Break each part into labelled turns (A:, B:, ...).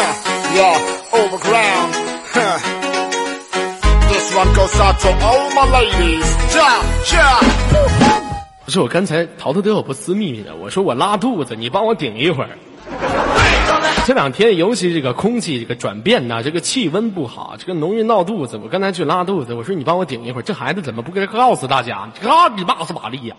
A: you're overground. Huh. This one goes out to all my ladies. Yeah, yeah.
B: 不是我刚才淘淘对我不私密密的，我说我拉肚子，你帮我顶一会儿。这两天尤其这个空气这个转变呐、这个气温不好，这个容易闹肚子。我刚才去拉肚子，我说你帮我顶一会儿。这孩子怎么不跟告诉大家？这嘎你骂是玛丽呀、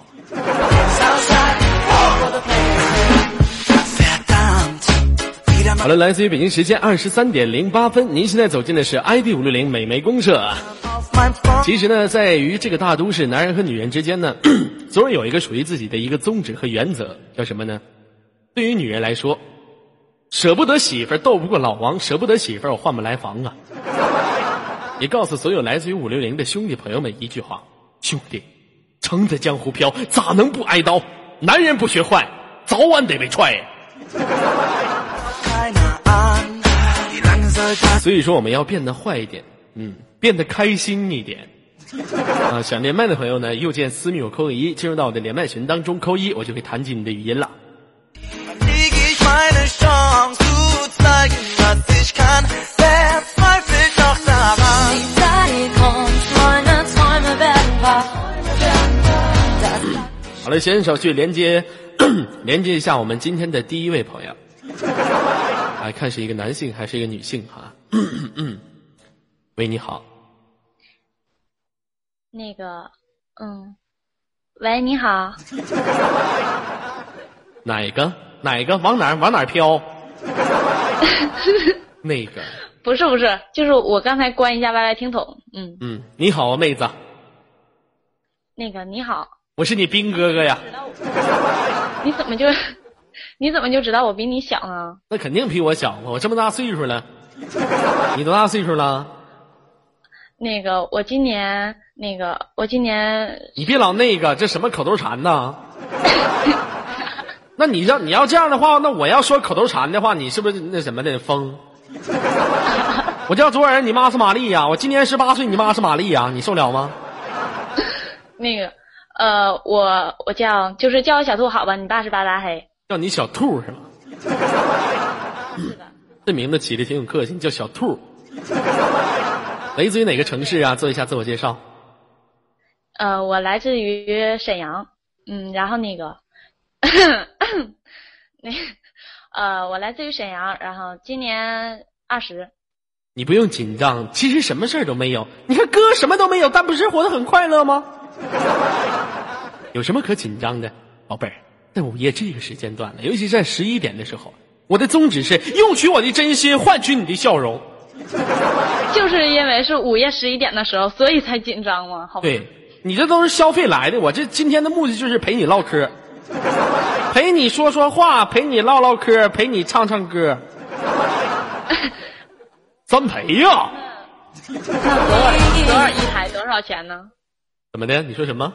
B: 好了，来自于北京时间二十三点零八分，您现在走进的是 ID 五六零美眉公社。其实呢，在于这个大都市，男人和女人之间呢， 总有一个属于自己的一个宗旨和原则，叫什么呢？对于女人来说，舍不得媳妇儿斗不过老王，舍不得媳妇儿我换不来房啊。 也告诉所有来自于五六零的兄弟朋友们一句话：兄弟，撑着江湖飘，咋能不挨刀？男人不学坏，早晚得被踹呀。所以说我们要变得坏一点，嗯，变得开心一点。啊，想连麦的朋友呢，右键私密我扣个一，进入到我的连麦群当中扣一，我就会弹起你的语音了。
C: 啊
B: 好了，闲手续连接 连接一下我们今天的第一位朋友，来看是一个男性还是一个女性哈、 喂，你好，
C: 那个，嗯，喂，你好，
B: 哪个哪个往哪儿往哪儿飘？那个，
C: 不是不是，就是我刚才关一下 YY 听筒，嗯，
B: 嗯，你好啊，妹子，
C: 那个你好，
B: 我是你兵哥哥呀，
C: 你怎么就， 你怎么就知道我比你小呢？
B: 那肯定比我小啊，我这么大岁数了，你多大岁数了？
C: 那个我今年那个我今年
B: 你别老那个，这什么口头禅呐？ 那你要你要这样的话，那我要说口头禅的话，你是不是那什么的疯？ 我叫卓尔，你妈是玛丽呀、我今年十八岁，你妈是玛丽呀、你受了吗？
C: 那个呃，我我叫就是叫我小兔好吧，你爸是巴达黑，
B: 叫你小兔是吗？这名字起的挺有个性，叫小兔。 来自于哪个城市啊？做一下自我介绍。
C: 呃，我来自于沈阳，嗯，然后那个，那呃，我来自于沈阳，然后今年二十，
B: 你不用紧张，其实什么事儿都没有。你看哥什么都没有，但不是活得很快乐吗？有什么可紧张的，宝贝儿？在午夜这个时间段了，尤其是在十一点的时候，我的宗旨是用取我的真心换取你的笑容。
C: 就是因为是午夜十一点的时候，所以才紧张嘛，好吧？
B: 对你这都是消费来的，我这今天的目的就是陪你唠嗑，陪你说说话，陪你唠唠嗑，陪你唱唱歌。三陪呀、
C: 多少一台多少钱呢？
B: 怎么的？你说什么？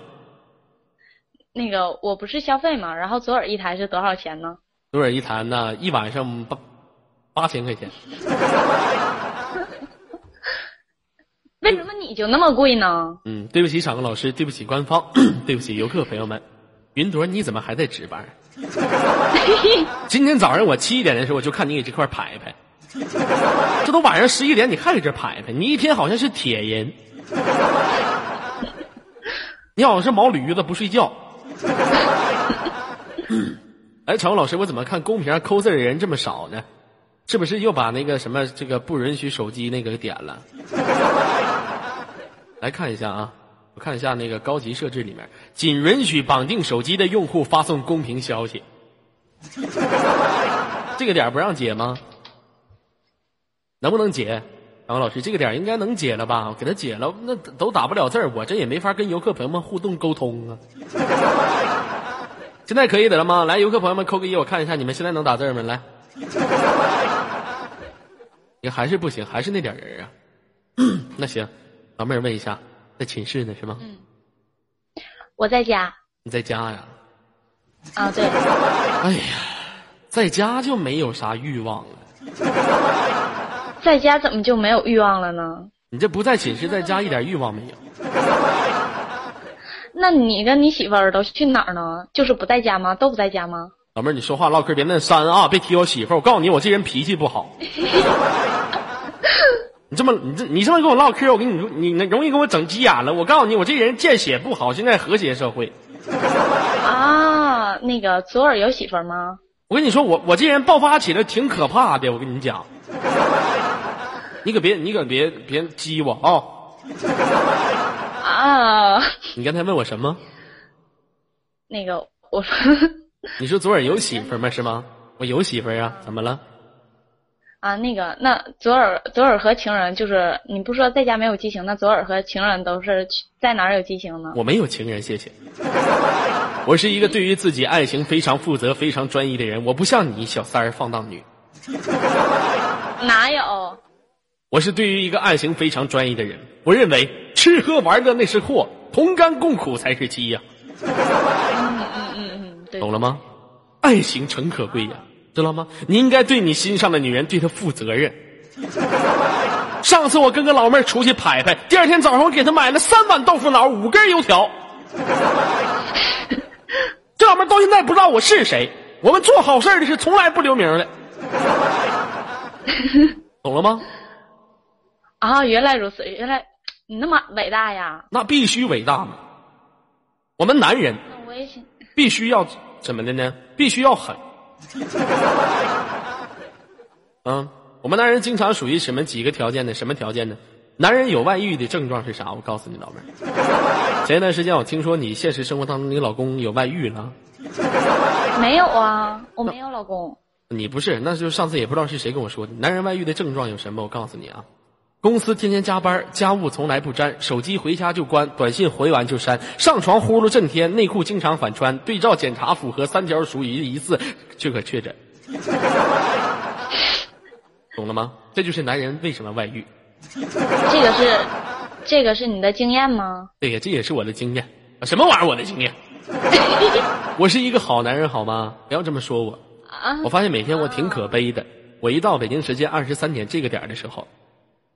C: 那个我不是消费嘛，然后左耳一台是多少钱呢？
B: 左耳一谈呢，一晚上八八千块钱。
C: 为什么你就那么贵呢？
B: 嗯，对不起，场控老师，对不起，官方， 对不起，游客朋友们。云朵，你怎么还在值班？啊 今天早上我七点的时候，我就看你给这块排排，这都晚上十一点，你还搁这排排，你一天好像是铁人，你好像是毛驴子不睡觉。 哎，场控老师，我怎么看公屏上扣字的人这么少呢？是不是又把那个什么这个不允许手机那个给点了？来看一下啊，我看一下那个高级设置里面，仅允许绑定手机的用户发送公屏消息。 这个点儿不让解吗？能不能解？然后老师，这个点儿应该能解了吧？我给他解了，那都打不了字儿，我这也没法跟游客朋友们互动沟通啊。 现在可以的了吗？来，游客朋友们扣个一，我看一下你们现在能打字儿吗？来，也还是不行，还是那点儿人啊。那行，老妹儿问一下，在寝室呢是吗？
C: 我在家
B: 你在家呀？
C: 啊，对，
B: 哎呀，在家就没有啥欲望了。
C: 在家怎么就没有欲望了呢？
B: 你这不在寝室，在家一点欲望没有。
C: 那你跟你媳妇儿都去哪儿呢？就是不在家吗？都不在家吗？
B: 老妹儿，你说话唠嗑别那删啊，别提我媳妇儿。我告诉你，我这人脾气不好。你这么你这你这么跟我唠嗑，我跟你你你容易给我整急眼了。我告诉你，我这人见血不好。现在和谐社会，
C: 啊，那个左耳有媳妇儿吗？
B: 我跟你说，我我这人爆发起来挺可怕的。我跟你讲， 你可别你可别别激我啊、
C: 啊，
B: 你刚才问我什么？
C: 那个我 说
B: 你说左耳有媳妇儿吗？是吗？我有媳妇儿啊，怎么了？
C: 啊，那个那左耳左耳和情人就是你不说在家没有激情，那左耳和情人都是去在哪儿有激情呢？
B: 我没有情人，谢谢。 我是一个对于自己爱情非常负责、非常专一的人。我不像你小三儿放荡女，
C: 哪有？
B: 我是对于一个爱情非常专一的人。我认为吃喝玩乐那是祸，同甘共苦才是妻呀、
C: 嗯，对，
B: 懂了吗？爱情诚可贵呀、知道吗？你应该对你心上的女人对她负责 任。上次我跟个老妹儿出去拍拍，第二天早上我给她买了三碗豆腐脑，五根油 条。这老妹儿到现在不知道我是谁。我们做好事儿的是从来不留名 的，懂了吗？
C: 啊，原来如此，原来你那么伟大呀！
B: 那必须伟大嘛。我们男人
C: 那我也想，
B: 必须要怎么的呢？必须要狠。嗯，我们男人经常属于什么几个条件呢？什么条件呢？男人有外遇的症状是啥？我告诉你，老妹儿，前一段时间我听说你现实生活当中你老公有外遇了，啊
C: 没有啊，我没有老公。
B: 你不是？那就上次也不知道是谁跟我说的。男人外遇的症状有什么？我告诉你啊，公司天天加班，家务从来不沾，手机回家就关，短信回完就删，上床呼噜震天，内裤经常反穿，对照检查符合三条属于一次就可确诊，懂了吗？这就是男人为什么外遇。
C: 这个是，这个是你的经验吗？
B: 对呀，这也是我的经验。啊什么玩意儿？我的经验？ 我是一个好男人，好吗？不要这么说我。
C: 啊，
B: 我发现每天我挺可悲的。我一到北京时间二十三点这个点儿的时候，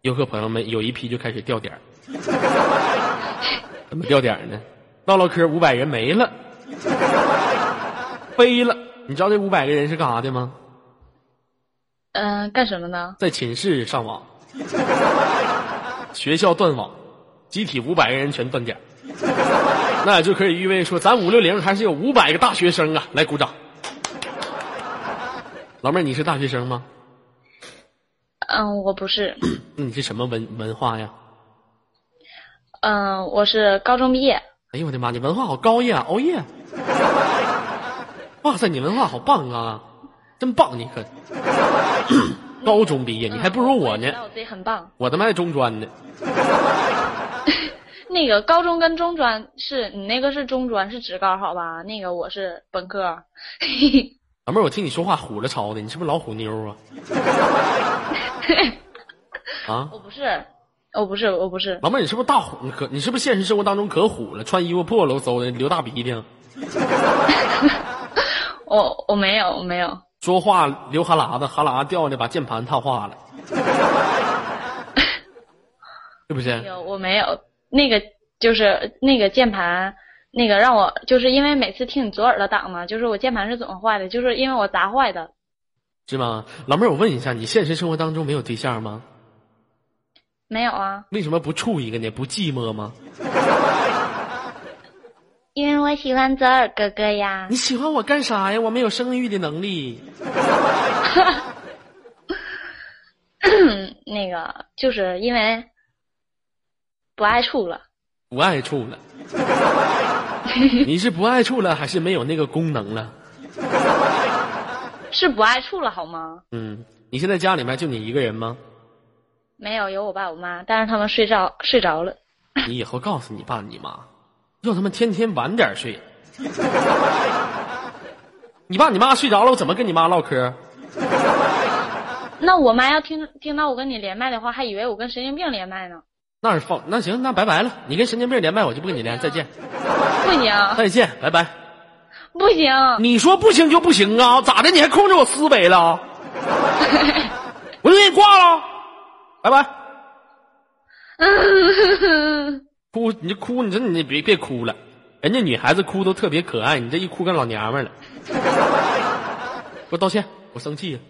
B: 游客朋友们有一批就开始掉点儿。怎么掉点儿呢？唠唠嗑，五百人没了，飞了。你知道这五百个人是干啥的吗？
C: 嗯、干什么呢？
B: 在寝室上网，学校断网，集体五百个人全断点儿，那就可以意味说，咱五六零还是有五百个大学生啊！来鼓掌。老妹儿，你是大学生吗？
C: 嗯、我不是，
B: 那嗯你是什么文文化呀？
C: 嗯、我是高中毕业。
B: 哎呦我的妈，你文化好高呀！熬夜。 哇塞，你文化好棒啊，真棒！你可 高中毕业，你还不如我呢
C: 也知道。嗯我自己很棒。
B: 我他妈还中专呢。
C: 那个高中跟中专是你那个是中专是职高好吧？那个我是本科。
B: 老妹儿，我听你说话虎了超的，你是不是老虎妞啊？啊，
C: 我不是，我不是，我不是。
B: 老妹儿，你是不是大虎？你可你是不是现实生活当中可虎了？穿衣服破喽嗖的，流大鼻涕，
C: 我我没有我没有，
B: 说话流哈喇子，哈喇子掉下来把键盘烫化了，是不
C: 那
B: 是？
C: 个我没有，那个就是那个键盘，那个让我就是因为每次听你左耳的档嘛，就是我键盘是怎么坏的，就是因为我砸坏的。
B: 是吗？老妹儿，我问一下，你现实生活当中没有对象吗？
C: 没有啊，
B: 为什么不处一个呢？不寂寞吗？
C: 因为我喜欢左耳哥哥呀
B: 你。喜欢我干啥呀？我没有生育的能力。
C: 那个就是因为不爱处了，
B: 不爱处了。 你是不爱处了，还是没有那个功能了？
C: 是不爱处了好吗？
B: 嗯，你现在家里面就你一个人吗？
C: 没有，有我爸我妈，但是他们睡着睡着了。
B: 你以后告诉你爸你妈，让他们天天晚点睡。你爸你妈睡着了，我怎么跟你妈唠嗑？
C: 那我妈要听听到我跟你连麦的话，还以为我跟神经病连麦呢。
B: 那是放那行，那拜拜了。你跟神经病连麦，我就不跟你连，再见，
C: 不行，
B: 再见，拜拜。
C: 不行，
B: 你说不行就不行啊？咋的？你还控制我思维了？我就给你挂了，拜拜。
C: 嗯
B: 哭你就哭，你这你别别哭了，人家女孩子哭都特别可爱，你这一哭跟老娘们儿了。我道歉，我生气了。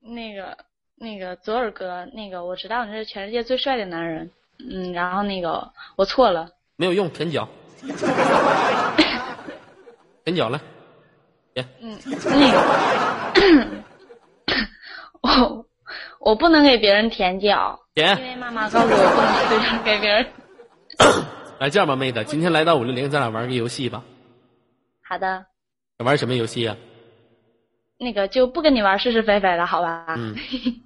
C: 那个那个左耳哥，那个我知道你是全世界最帅的男人，嗯，然后那个我错了，
B: 没有用，舔脚，舔脚来，舔，
C: 嗯，那个我我不能给别人舔脚，因
B: 舔。
C: 为妈妈告诉我不能随便给别人。
B: 来这样吧，妹子，今天来到五六零，咱俩玩个游戏吧。
C: 好的，
B: 玩什么游戏啊呀、
C: 那个就不跟你玩是是非非了，好吧？
B: 嗯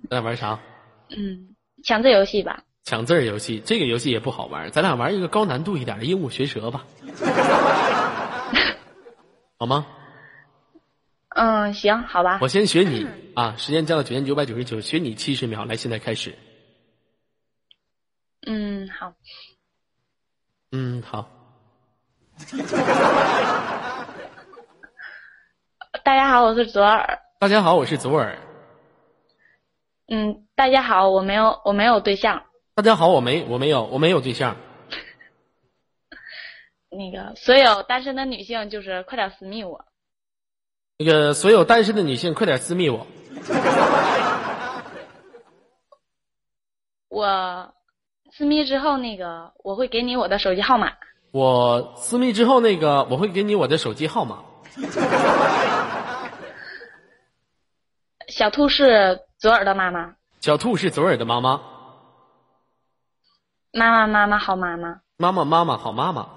B: 咱俩玩啥？
C: 嗯，强制游戏吧。
B: 抢字儿游戏，这个游戏也不好玩，咱俩玩一个高难度一点的鹦鹉学舌吧，好吗？
C: 嗯，行，好吧。
B: 我先学你啊，时间降到九千九百九十九，学你七十秒，来，现在开始。
C: 嗯，好。
B: 嗯，好，
C: 大家好，我是左耳。
B: 大家好，我是左耳。
C: 嗯，大家好，我没有，我没有对象。
B: 大家好，我没我没有我没有对象，
C: 那个，所有单身的女性就是快点私密我。
B: 那个所有单身的女性快点私密我，
C: 我私密之后，那个我会给你我的手机号码。
B: 我私密之后那个我会给你我的手机号码。
C: 小兔是左耳的妈妈，
B: 小兔是左耳的妈妈，
C: 妈妈妈妈好妈妈。
B: 妈妈妈妈好妈妈，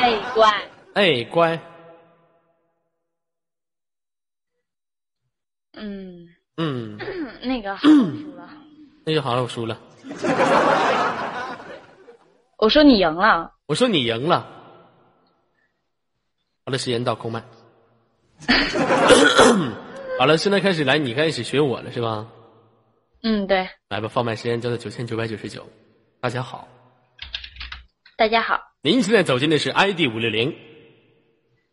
C: 哎，乖。
B: 哎乖，
C: 嗯，
B: 嗯，
C: 那个好，我输了。
B: 那就好了，我输了。
C: 我说你赢了。
B: 我说你赢了。好了，时间到，空麦。 好了，现在开始来，你开始学我了是吧？
C: 嗯，对。
B: 来吧，放慢时间，叫到九千九百九十九。大家好，
C: 大家好，
B: 您现在走进的是 ID 五六零，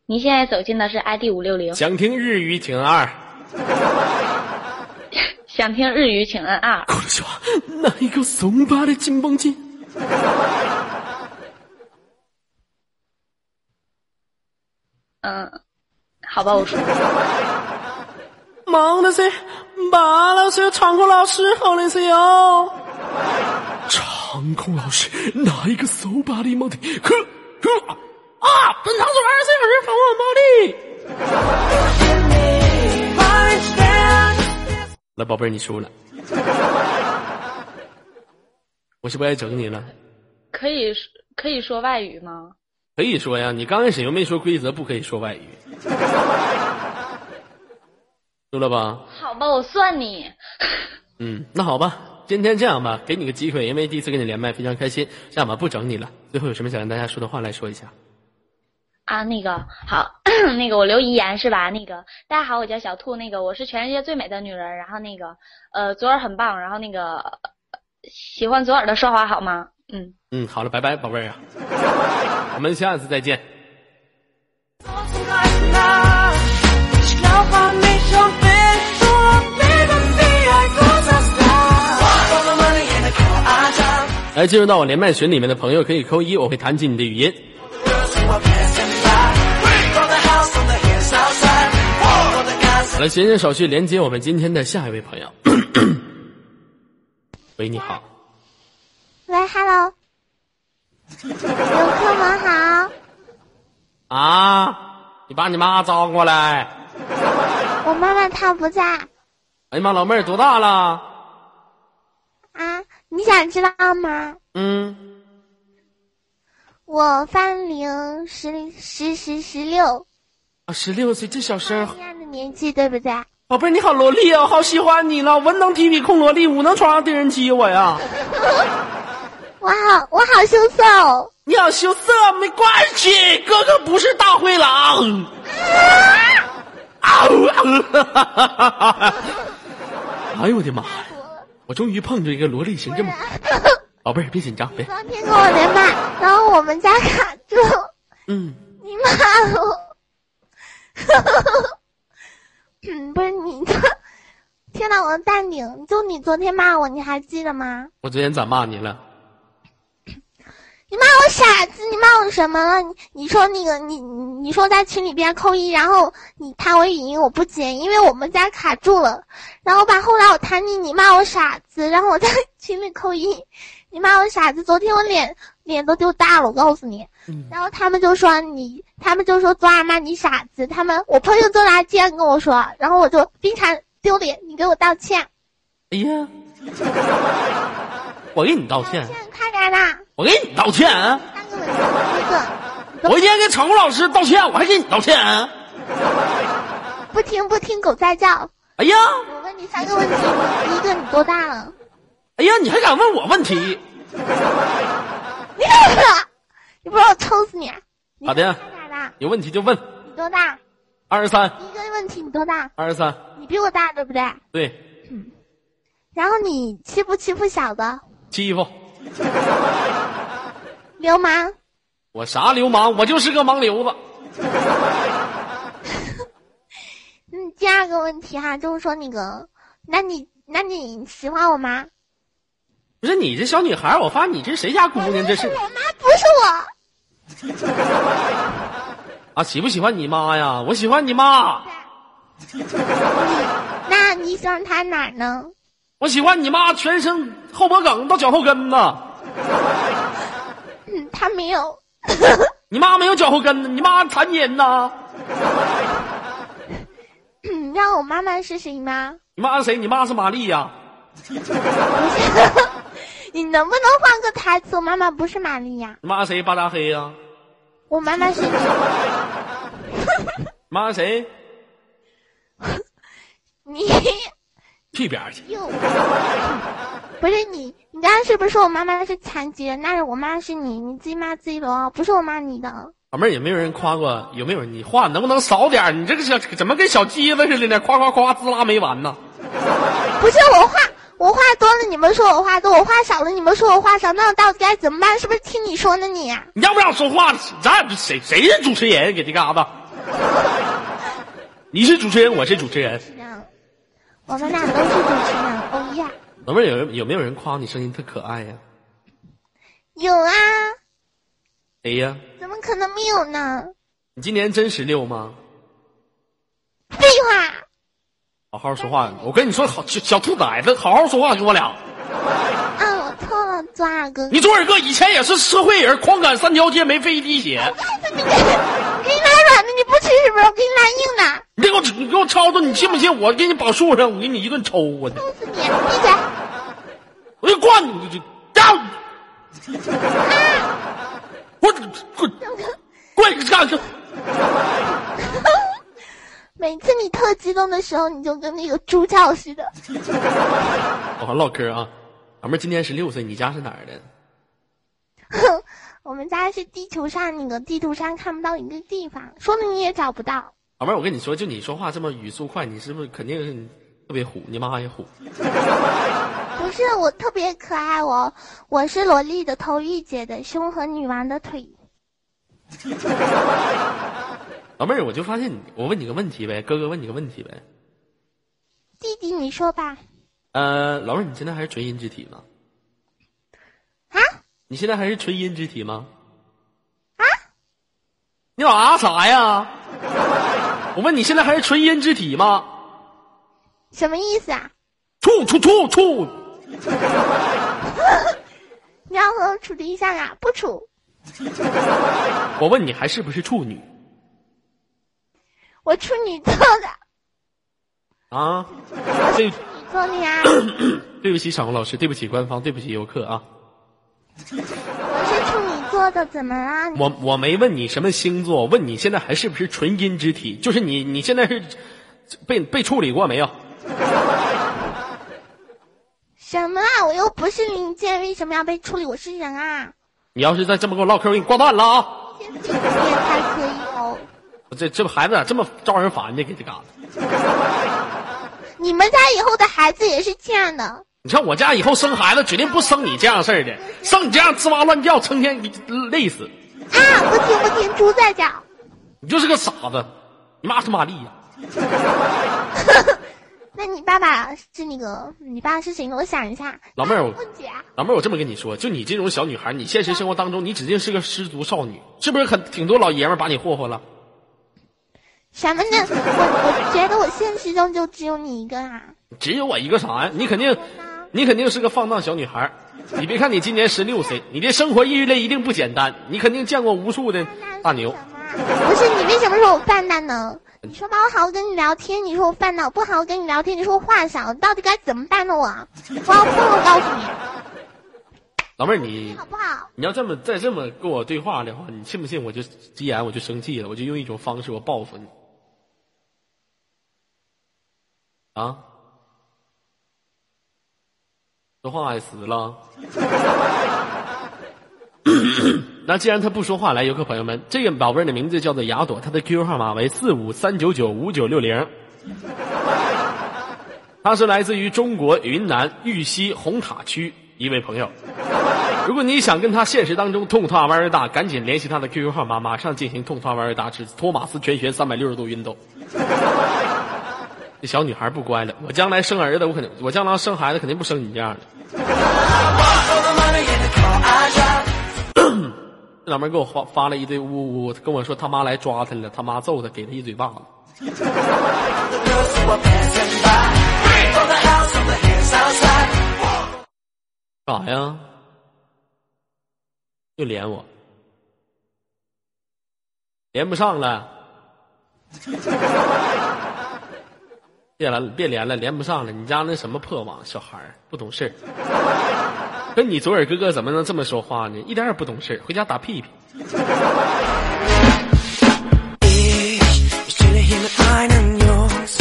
C: 您现在走进的是 ID 五六零，
B: 想听日语请按二。
C: 想听日语请摁二。
B: こんにちは。那一个怂巴的金蹦金。
C: 嗯，好吧，我输了。
B: 忙的是，马老师、场控老师好的是哟。场控老师拿一个手把的毛的，呵呵啊！本场所二十四小时访问暴力。来，宝贝儿，你输了。我是不是该整你了？
C: 可以说可以说外语吗？
B: 可以说呀，你刚开始又没说规则不可以说外语，输了吧？
C: 好吧，我算你。
B: 嗯，那好吧，今天这样吧，给你个机会，因为第一次跟你连麦，非常开心。这样吧，不整你了。最后有什么想跟大家说的话来说一下？
C: 啊，那个好， 那个我留遗言是吧？那个大家好，我叫小兔，那个我是全世界最美的女人，然后那个呃左耳很棒，然后那个呃喜欢左耳的说话好吗？嗯，
B: 嗯，好了，拜拜，宝贝儿啊，我们下次再见。
D: Ich glaub an mich und bin schon leben wie ein großer Star. Follow the money in the car, I jump.
B: 来，进入到我连麦群里面的朋友可以扣一，我会弹起你的语音。
D: Girls who are passing by. From the house on the hills outside. From the guys
B: 好了，闲言少叙，连接我们今天的下一位朋友。 喂，你好，
E: 喂，Hello，游客们好，
B: 啊，你把你妈招过来。
E: 我妈妈她不在
B: 哎呀妈，老妹儿多大了？
E: 啊，你想知道吗？
B: 嗯，
E: 我芳龄十零十十十六，
B: 啊，十六岁，这小声儿
E: 一样的年纪对不对？
B: 宝贝儿，你好萝莉啊，我好喜欢你了。文能提笔控萝莉，武能床上盯人机我呀。
E: 我好，我好羞涩哦。
B: 你好羞涩，没关系，哥哥不是大灰 狼。啊呜啊呜！哎呦我的妈呀！我终于碰着一个萝莉型这么宝贝儿，别紧张，别
E: 昨天跟我连麦，然后我们家卡住，
B: 嗯，
E: 你骂我， 嗯，不是你，听到我的淡定，就你昨天骂我，你还记得吗？
B: 我昨天咋骂你了？
E: 你骂我傻子，你骂我什么了？你你说那个你你你说在群里边扣一，然后你弹我语音，我不接，因为我们家卡住了。然后吧，后来我弹你，你骂我傻子，然后我在 群里扣一，你骂我傻子。昨天我脸脸都丢大了，我告诉你。然后他们就说你，他们就说昨晚骂你傻子，他们我朋友就来这样跟我说，然后我就非常丢脸，你给我道歉，
B: 哎呀，我给你道
E: 道
B: 歉
E: 歉，快点啦，
B: 我给你道歉，
E: 三个吻一个。
B: 我今天跟场控老师道歉，我还给你道歉。
E: 不听不听，狗在叫。
B: 哎呀，
E: 我问你三个问题，你第一个你多大了？
B: 哎呀，你还敢问我问题？
E: 你哪个？你不让我抽死你啊！
B: 咋的？
E: 多大的？
B: 有问题就问。
E: 你多大？
B: 二十三，
E: 第一个问题你多大？
B: 二十三，
E: 你比我大对不对？
B: 对，
E: 然后你欺不欺负小的？
B: 欺负
E: 流氓？
B: 我啥流氓？我就是个盲流子。
E: 嗯，第二个问题哈、就是说那个，那你那你喜欢我吗？
B: 不是你这小女孩，我发现你这谁家姑娘？这是
E: 我妈不是我。
B: 啊，喜不喜欢你妈呀？我喜欢你妈，
E: 那你喜欢他哪儿呢？
B: 我喜欢你妈，全身后脖梗到脚后跟呢。
E: 嗯，他没有。
B: 你妈没有脚后跟呢，你妈残疾人呐。
E: 嗯让我妈妈是谁吗？
B: 你妈是谁？你妈是玛丽呀、
E: 你能不能换个台词？我妈妈不是玛丽呀，
B: 你妈是谁？巴扎黑呀、
E: 我妈妈是你。
B: 你妈是谁？
E: 你
B: 屁边儿去！
E: 又不是你，你刚刚是不是说我妈妈是残疾人？那是我妈是你，你自己骂自己的哦，不是我骂你的。
B: 老妹儿，有没有人夸过？有没有人？你话能不能少点儿？你这个小怎么跟小鸡子似的呢？夸夸夸，滋啦没完呢？
E: 不是我话，我话多了，你们说我话多；我话少了，你们说我话少。那我到底该怎么办？是不是听你说的你？啊
B: 你让不让我说话？咱俩谁谁是主持人？给这嘎达。你是主持人，我是主持人。
E: 是啊，我们俩都是主持人。哦呀，
B: 老妹儿，有人有没有人夸你声音特可爱呀、
E: 有啊，
B: 哎呀，
E: 怎么可能没有呢？
B: 你今年真十六吗？
E: 废话，
B: 好好说话！我跟你说，好小小兔崽子，好好说话，跟我俩。
E: 啊，我错了，左耳哥哥。
B: 你左耳哥以前也是社会人，狂赶三条街没费一滴血。
E: 我给你拉软的，你不吃是不是？我给你拉硬的，
B: 你别给我，你给我吵吵！你信不信我给你绑树上，我给你一顿抽我的，
E: 揍死你！闭嘴！
B: 我就灌你，你就呀！滚滚滚！干这！
E: 每次你特激动的时候，你就跟那个猪叫似的。
B: 我还唠嗑啊，俺们今年十六岁，你家是哪儿的？
E: 哼，我们家是地球上那个地图上看不到一个地方，说了你也找不到。
B: 老妹儿，我跟你说，就你说话这么语速快，你是不是肯定是特别虎？你妈也虎。
E: 不是我特别可爱我，我是萝莉的头，御姐的胸和女王的腿。
B: 老妹儿，我就发现你，我问你个问题呗，哥哥问你个问题呗。
E: 弟弟，你说吧。
B: 呃，老妹儿，你现在还是纯阴之体吗？
E: 啊？
B: 你现在还是纯阴之体吗？
E: 啊？
B: 你老啊啥呀？我问你现在还是纯阴之体吗？
E: 什么意思啊？
B: 处处处处，
E: 你要和我处对象啊？不处，
B: 我问你还是不是处女
E: 我处女座的，
B: 啊？对，
E: 你座的呀。
B: 对不起，场控老师，对不起官方，对不起游客啊。
E: 我是处女座的，怎么啦？
B: 我我没问你什么星座，我问你现在还是不是纯阴之体？就是你你现在是被被处理过没有？
E: 什么啊？我又不是零件，为什么要被处理？我是人啊，
B: 你要是再这么跟我唠嗑，我给你挂断了啊！
E: 先这点才可以哦。
B: 这这孩子咋这么招人烦呢？给这嘎达。
E: 你们家以后的孩子也是这样的，啊
B: 你看我家以后生孩子，绝对不生你这样事儿的，生你这样吱哇乱叫，成天给累死。
E: 啊！不听不听，猪在叫。
B: 你就是个傻子，你妈是玛丽呀、
E: 那你爸爸是那个，你爸是谁呢？我想一下。
B: 老妹儿我
E: 问姐啊，
B: 老妹儿，我这么跟你说，就你这种小女孩，你现实生活当中你指定是个失足少女，是不是很挺多老爷们儿把你霍霍了？
E: 什么呢？我我觉得我现实中就只有你一个啊。
B: 只有我一个啥呀？你肯定，你肯定是个放荡小女孩儿。你别看你今年十六岁，你这生活阅历一定不简单。你肯定见过无数的大牛。
E: 不是你为什么说我泛滥呢？你说吧，我好好跟你聊天，你说我犯恼；不好好跟你聊天，你说我话少，到底该怎么办呢？我，我要疯了，告诉
B: 老妹儿，你
E: 你，好不好？
B: 你要这么再这么跟我对话的话，你信不信我就急眼，我就生气了，我就用一种方式我报复你。啊？说话也死了。 那既然他不说话，来，游客朋友们，这个宝贝儿的名字叫做雅朵，她的 QQ 号码为四五三九九五九六零。他是来自于中国云南玉溪红塔区一位朋友。如果你想跟他现实当中痛踏玩儿大，赶紧联系他的 QQ 号码，马上进行痛踏玩儿大之托马斯全旋三百六十度运动。 这小女孩不乖了，我将来生儿子，我肯定，我将来生孩子肯定不生你这样的。这老妹儿给我发发了一堆呜呜呜，跟我说他妈来抓他了，他妈揍他，给他一嘴巴子。干啥呀？又连我，连不上了。别了，别连了，连不上了。你家那什么破网，小孩儿不懂事儿，跟你左耳哥哥怎么能这么说话呢？一点儿也不懂事儿，回家打屁屁。
D: Ich chille hier mit meinen Jungs.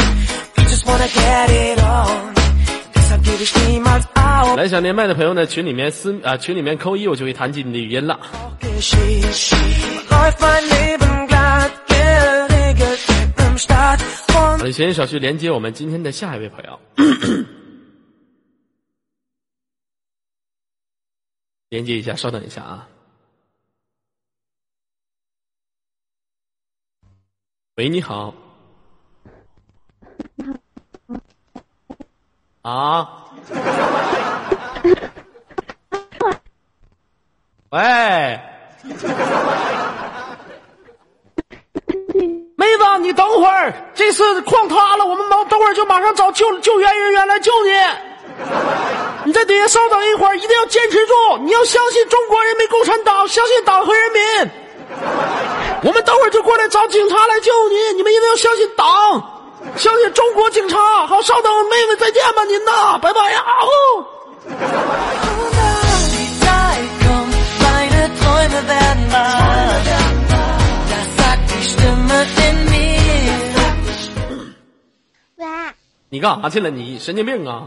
D: We just wanna get it on. Deshalb gebe ich niemals auf.
B: 来，想连麦的朋友呢，群里面私啊、群里面扣一，我就会弹起你的语音了。
D: Geschicht. Läuft mein Leben glatt, geregelt mit nem Start.
B: 好
D: Und
B: 了，闲言少叙，连接我们今天的下一位朋友。连接一下，稍等一下啊。喂，你好。啊。喂。妹子，你等会儿，这次矿塌了，我们等等会儿就马上找救救援人员来救你。你在底下稍等一会儿，一定要坚持住，你要相信中国人民共产党，相信党和人民。我们等会儿就过来找警察来救你，你们一定要相信党，相信中国警察。好，稍等，妹妹，再见吧，您呐，拜拜呀，啊呼。
D: die Zeit kommt, meine Träume werden wahr. Das sagt die Stimme in mir.
E: 喂，
B: 你干啥去了？你神经病啊！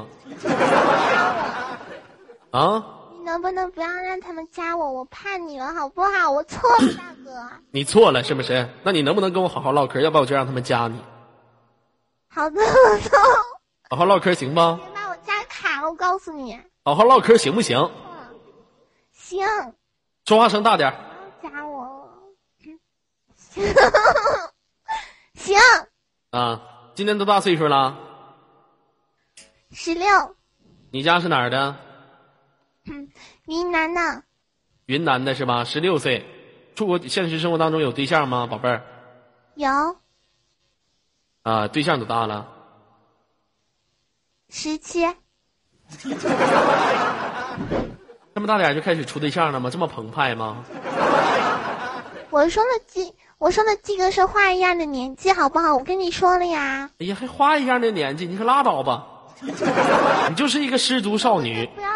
B: 啊，
E: 你能不能不要让他们加我？我怕你了，好不好？我错了，大哥。
B: 你错了是不是？那你能不能跟我好好唠嗑？要不然我就让他们加你。
E: 好的， 我错了。
B: 好好啊唠嗑行吗？
E: 别把我加卡了，我告诉你。
B: 好好唠嗑行不行？
E: 行，
B: 说话声大点儿。
E: 加我了。嗯行，行，
B: 啊！今年多大岁数了？
E: 十六，
B: 你家是哪儿的？
E: 云南的，
B: 云南的是吧？十六岁，处过现实生活当中有对象吗，宝贝儿？
E: 有
B: 啊，对象多大了？
E: 十七。
B: 这么大点儿就开始处对象了吗？这么澎湃吗？
E: 我说的这，我说的这个是花一样的年纪，好不好？我跟你说了呀，
B: 哎呀，还花一样的年纪，你可拉倒吧！ 你就是一个失足少女。
E: 不要，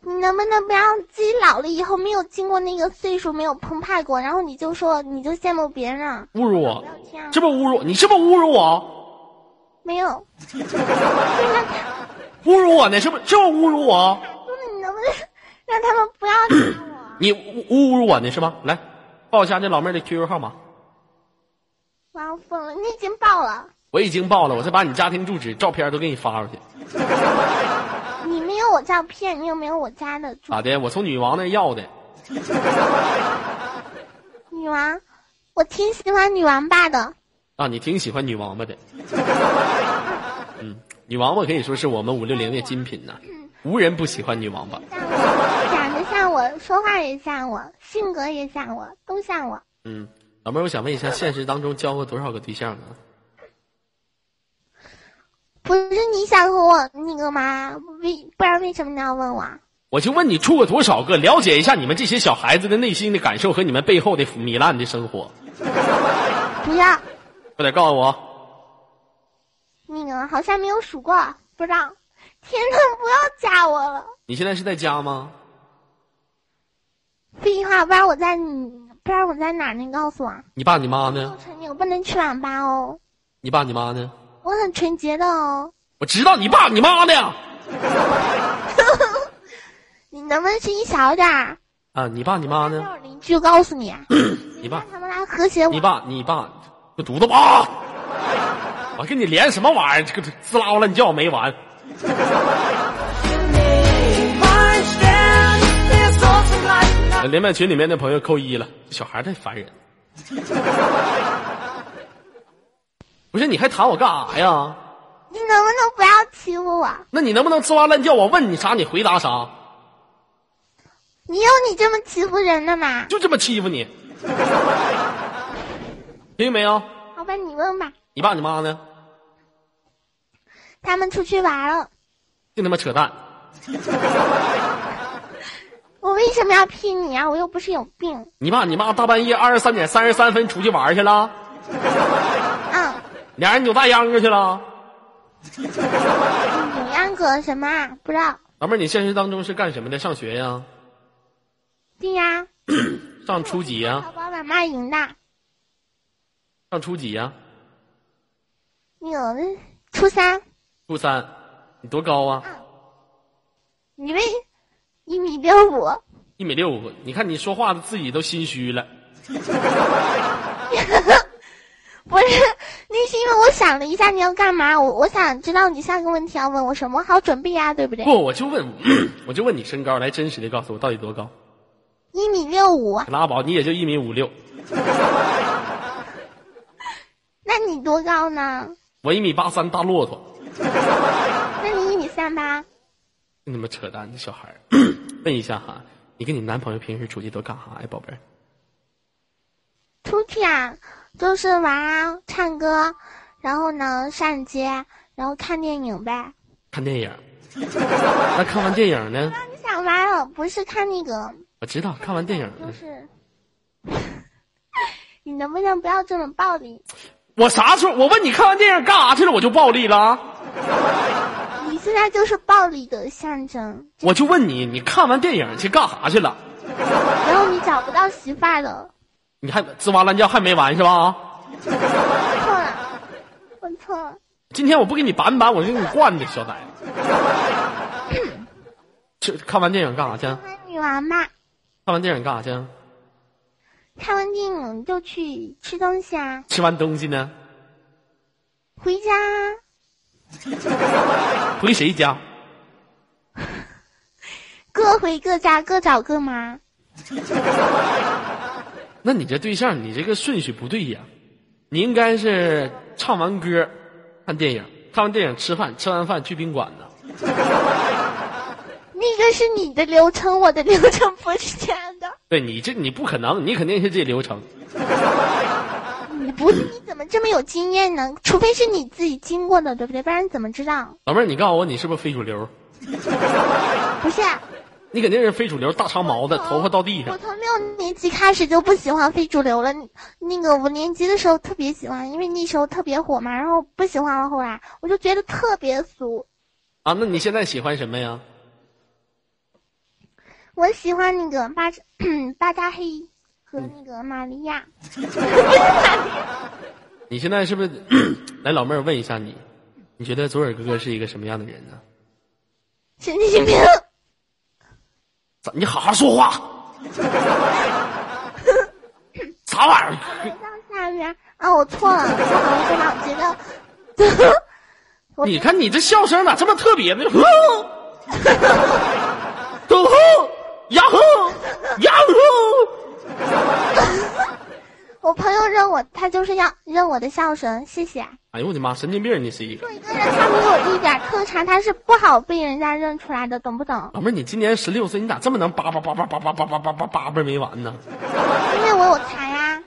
E: 你能不能不要自己老了以后没有经过那个岁数，没有澎湃过，然后你就说你就羡慕别人，啊
B: 侮辱我
E: 不，要这样
B: 哦
E: 啊
B: 这，不侮辱你，是不是侮辱我？
E: 没有。
B: 侮辱我呢？是不是？是不是侮辱我？
E: 说的你能不能让他们不要啊打我？
B: 你侮侮辱我呢是吗？来，报一下这老妹儿的 QQ 号码。
E: 我要疯了，你已经爆了，
B: 我已经报了，我再把你家庭住址、照片都给你发过去。
E: 你没有我照片，你有没有我家的住
B: 咋的？我从女王那要的。
E: 女王？我挺喜欢女王爸的，
B: 啊，你挺喜欢女王八的。嗯，女王八可以说是我们五六零的精品呐、无人不喜欢女王八。
E: 长得像我，说话也像我，性格也像我，都像我。
B: 嗯，老妹儿，我想问一下，现实当中交过多少个对象啊？
E: 不是你想和我那个吗？为不然为什么你要问我？啊
B: 我就问你处过多少个，了解一下你们这些小孩子的内心的感受和你们背后的糜烂的生活。
E: 不要，
B: 快点告诉我，
E: 那个啊好像没有数过，不知道。天呐，不要加我了！
B: 你现在是在家吗？
E: 废话，不然我在你，不然我在哪儿？你告诉我。
B: 你爸你妈呢
E: 我？成你，我哦不能去网吧哦，
B: 你爸你妈呢？
E: 我很纯洁的哦。
B: 我知道你爸你妈呢。
E: 你能不能声音小点儿？
B: 啊，你爸你妈呢？
E: 让我邻居告诉你，啊
B: 你爸
E: 让他们来和谐
B: 你
E: 我。
B: 爸你爸，个犊子吧！我跟你连什么玩意儿？这个滋啦乱叫没完。连麦群里面的朋友扣一了，这小孩太烦人。不是，你还谈我干啥呀？
E: 你能不能不要欺负我？
B: 那你能不能吱哇乱叫？我问你啥，你回答啥，
E: 你有你这么欺负人的吗？
B: 就这么欺负你，听见没有？
E: 好吧，你问吧。
B: 你爸你妈呢？
E: 他们出去玩了，
B: 净他妈扯淡！
E: 我为什么要批你啊？我又不是有病。
B: 你爸你妈大半夜二十三点三十三分出去玩去了，
E: 嗯，
B: 俩人扭大秧歌去了。
E: 扭秧歌什么啊？不知道。
B: 老妹儿，你现实当中是干什么的？上学呀？
E: 对呀、
B: 上初几呀？
E: 淘宝买卖淫的，
B: 上初几呀？
E: 有的初三，
B: 初三，你多高啊？
E: 你为一米六五，
B: 一米六五。你看你说话自己都心虚了。
E: 不是，那是因为我想了一下你要干嘛，我我想知道你下个问题要问我什么，我好准备呀、对不对？
B: 不，我就问， 我就问你身高，来真实的告诉我到底多高？
E: 一米六五，
B: 拉倒，你也就一米五六，
E: 那你多高呢？
B: 我一米八三，大骆驼。
E: 那你一米三八，
B: 真他妈扯淡，这小孩儿。 问一下哈，你跟你男朋友平时出去都干啥呀，宝贝儿？
E: 出去啊，就是玩啊，唱歌，然后呢上街，然后看电影呗。
B: 看电影。那看完电影呢？
E: 你想歪了，不是看那个，
B: 我知道，看完电影
E: 就
B: 呢。
E: 是， 你能不能不要这么暴力？
B: 我啥时候？我问你看完电影干啥去了，我就暴力了啊。
E: 你现在就是暴力的象征，
B: 我就问你，你看完电影去干啥去了？
E: 然后你找不到媳妇儿了。
B: 你还吱哇乱叫还没完是吧？啊
E: 错了，我错了。
B: 今天我不给你板板，我就给你惯着，小崽子。这看完电影干啥去？
E: 看女王吧，
B: 看完电影干啥去？
E: 看完电影就去吃东西啊，
B: 吃完东西呢？
E: 回家啊。
B: 回谁家？
E: 各回各家，各找各妈。
B: 那你这对象，你这个顺序不对呀。你应该是唱完歌，看电影，看完电影吃饭，吃完饭去宾馆呢。
E: 那个是你的流程，我的 流程不是这样的。
B: 对你这你不可能，你肯定是这流程。
E: 你不是你怎么这么有经验呢？除非是你自己经过的，对不对？不然怎么知道？
B: 老妹儿，你告诉我，你是不是非主流？
E: 不是啊，
B: 你肯定是非主流，大长毛的，头发到地上
E: 我。从六年级开始就不喜欢非主流了。那个五年级的时候特别喜欢，因为那时候特别火嘛，然后不喜欢了。后来我就觉得特别俗。
B: 啊，那你现在喜欢什么呀？
E: 我喜欢那个 巴扎巴扎黑和那个玛利亚。
B: 你现在是不 是？来，老妹儿问一下你，你觉得左耳哥哥是一个什么样的人呢？
E: 神经病！
B: 咋？你好好说话。 啥玩意儿？
E: 上下面啊，我错了，我好像说了，我觉得， 我
B: 你看你这笑声咋这么特别呢？呼， 都呼，呀呼，呀呼。
E: 我朋友让认我，他就是要认我的笑声，谢谢。
B: 哎呦我的妈，神经病！你是一个
E: 做一个人，他没有一点特长，他是不好被人家认出来的，懂不懂？
B: 老妹儿，你今年十六岁，你咋这么能叭叭叭叭叭叭叭叭叭叭叭叭没完呢？
E: 因为我有啊才呀、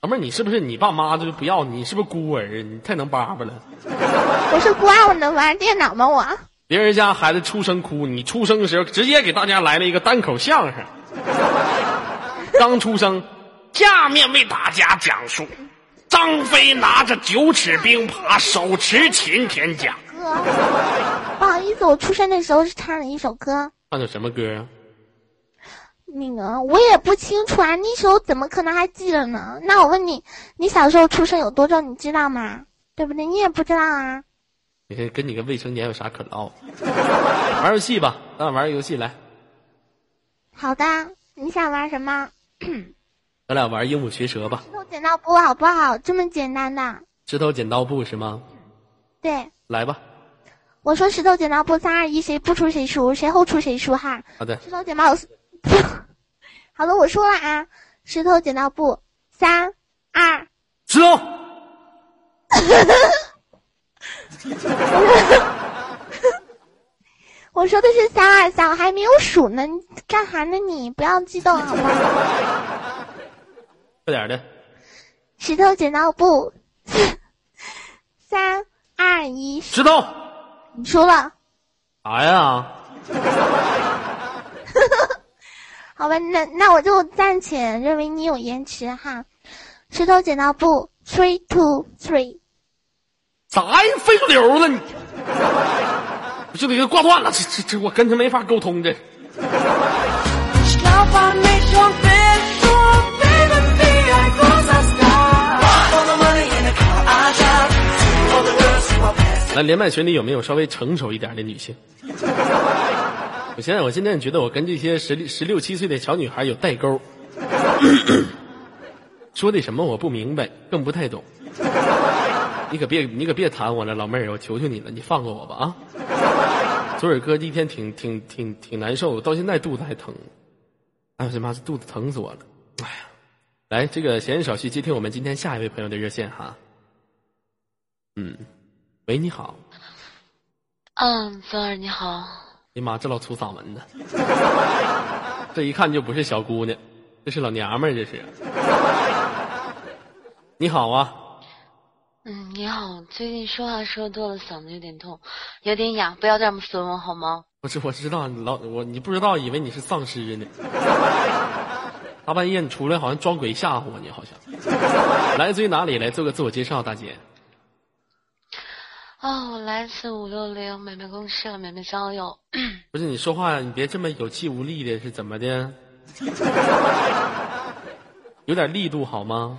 B: 老妹儿，你是不是你爸妈就不要你？你是不是孤儿？你太能叭叭了。
E: 我是孤儿，我能玩电脑吗？我
B: 别人家孩子出生哭，你出生的时候直接给大家来了一个单口相声。刚出生，
F: 下面为大家讲述张飞拿着九尺冰耙，手持擎天甲。
E: 哥，不好意思，我出生的时候是唱了一首歌，
B: 唱首什么歌啊？
E: 那个我也不清楚啊，那时候怎么可能还记得呢？那我问你，你小时候出生有多重，你知道吗？对不对？你也不知道啊。
B: 你看跟你个未成年有啥可唠？玩游戏吧，咱俩玩个游戏来，
E: 好的，你想玩什么？
B: 咱俩玩鹦鹉学舌吧。
E: 石头剪刀布好不好？这么简单的。
B: 石头剪刀布是吗？
E: 对，
B: 来吧。
E: 我说石头剪刀布，三二一，谁不出谁输，谁后出谁输哈。
B: 好的，
E: 石头剪刀， 好了，我说了啊，石头剪刀布，三二，
B: 石头，
E: 我说的是三二三，我还没有数呢，你干哈呢你？不要激动好吗？
B: 快点的。
E: 石头剪刀布， 三二一，
B: 石头，
E: 你输了，
B: 啥呀？
E: 好吧，那那我就暂且认为你有延迟哈。石头剪刀布，three two three。
B: 啥呀？非主流了你！我就得给他挂断了，这这这，我跟他没法沟通这。
D: Ich glaub an mich und bin so leben wie ein großer Star. All the money in the car I drive, to all the girls who are past.
B: 来，连麦群里有没有稍微成熟一点的女性？我现在，我现在觉得我跟这些十十六七岁的小女孩有代沟，说的什么我不明白，更不太懂。你可别，你可别谈我了，老妹儿，我求求你了，你放过我吧啊！左耳哥一天挺挺挺挺难受，到现在肚子还疼。哎呦我的妈，这肚子疼死我了！哎呀，来，这个闲言少叙，接听我们今天下一位朋友的热线哈。嗯，喂，你好。
G: 嗯，泽儿你好，
B: 哎呀妈，这老粗嗓门的，这一看就不是小姑娘，这是老娘们儿，这是。你好啊，
G: 嗯你好，最近说话说多了，嗓子有点痛，有点哑，不要这么损我好吗？
B: 我知我知道你老我你不知道，以为你是丧尸呢。大半夜你出来好像装鬼吓唬我，你好像。来自于哪里？来做个自我介绍，大姐。
G: 啊、我来自五六零美美公社美美交友，
B: 不是你说话你别这么有气无力的，是怎么的？有点力度好吗？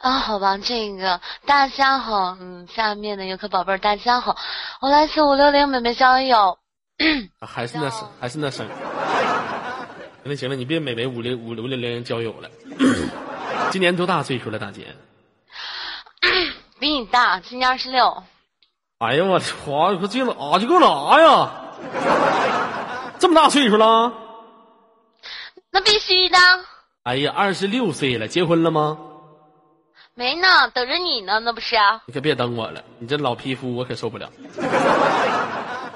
G: 啊，好吧，这个大家好，嗯，下面的游客宝贝儿大家好，我来自五六零美美交友，
B: 啊还是那声，还是那声。行了行了，你别美眉五零五六零零交友了。今年多大岁数了，大姐？
G: 比你大，今年二十六，
B: 哎呀，我操！我这哪去给我拿呀？这么大岁数了？
G: 那必须的，
B: 哎呀，二十六岁了，结婚了吗？
G: 没呢，等着你呢，那不是、啊？
B: 你可别等我了，你这老皮肤我可受不了。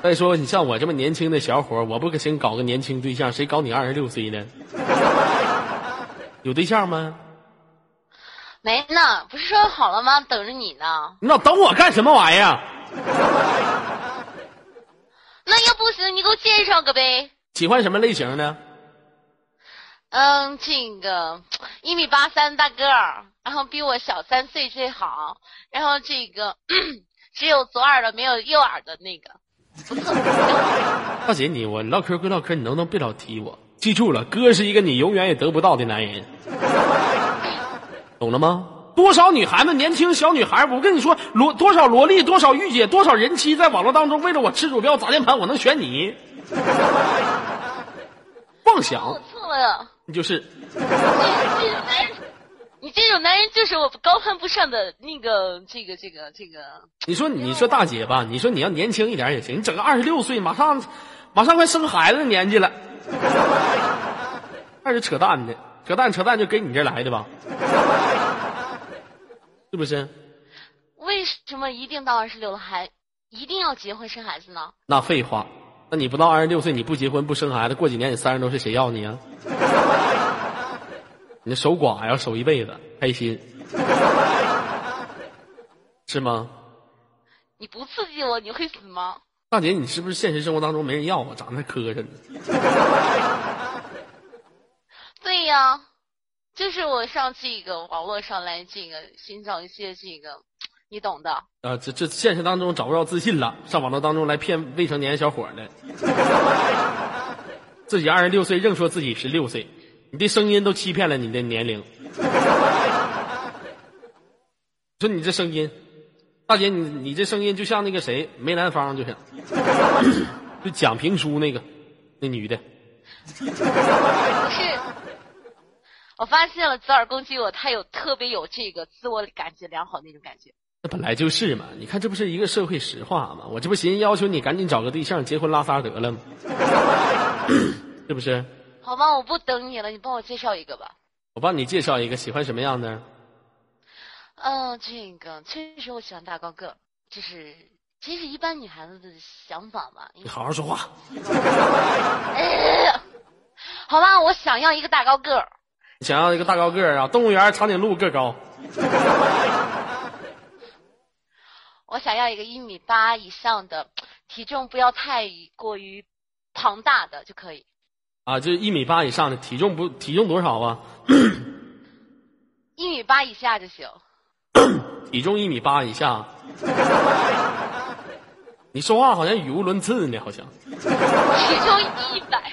B: 再说你像我这么年轻的小伙儿，我不可行搞个年轻对象，谁搞你二十六岁呢？有对象吗？
G: 没呢，不是说好了吗？等着你呢，
B: 你老等我干什么玩意儿？啊
G: 那要不行，你给我介绍个呗。
B: 喜欢什么类型呢？
G: 嗯，这个一米八三大个儿，然后比我小三岁最好，然后这个 只有左耳的没有右耳的那个，不错。
B: 大姐你，我唠嗑归唠嗑，你能不能别老提我？记住了，哥是一个你永远也得不到的男人，懂了吗？多少女孩子，年轻小女孩，我跟你说，萝多少萝莉，多少御姐，多少人妻，在网络当中为了我吃鼠标砸键盘，我能选你？妄想
G: 我，错了，
B: 你就是
G: 这这种男人，你这种男人就是我高攀不上的那个这个这个这个。
B: 你说你说大姐吧，你说你要年轻一点也行，你整个二十六岁，马上马上快生孩子的年纪了，那是扯淡的。扯淡扯淡就跟你这来的吧，是不是？
G: 为什么一定到二十六了还一定要结婚生孩子呢？
B: 那废话，那你不到二十六岁你不结婚不生孩子，过几年你三十多岁谁要你啊？ 你守寡要守一辈子，开心，是吗？
G: 你不刺激我，你会死吗？
B: 大姐，你是不是现实生活当中没人要啊？长得还磕碜呢。
G: 对呀、就是我上这个网络上来这个寻找一些这个，你懂的。
B: 啊，这这现实当中找不着自信了，上网络当中来骗未成年小伙儿的， 自己二十六岁硬说自己十六岁，你的声音都欺骗了你的年龄。 说你这声音，大姐，你你这声音就像那个谁梅兰芳，就像， 就讲评书那个那女的，
G: 不是，我发现了，左耳攻击我，他有特别有这个自我感觉良好那种感觉。
B: 那本来就是嘛。你看这不是一个社会实话嘛？我这不寻思要求你赶紧找个对象，结婚拉撒得了吗？ 是不是？
G: 好吧，我不等你了，你帮我介绍一个吧。
B: 我帮你介绍一个喜欢什么样的。
G: 嗯，这个确实我喜欢大高个儿，就是这是一般女孩子的想法嘛。因
B: 你
G: 为
B: 好好说话。
G: 好吧，我想要一个大高个儿，
B: 你想要一个大高个儿啊？动物园长颈鹿个高，
G: 我想要一个一米八以上的，体重不要太过于庞大的就可以。
B: 啊，就一米八以上的，体重不体重多少啊？
G: 一米八以下就行。
B: 体重一米八以下。你说话好像语无伦次呢，好像
G: 体重一百，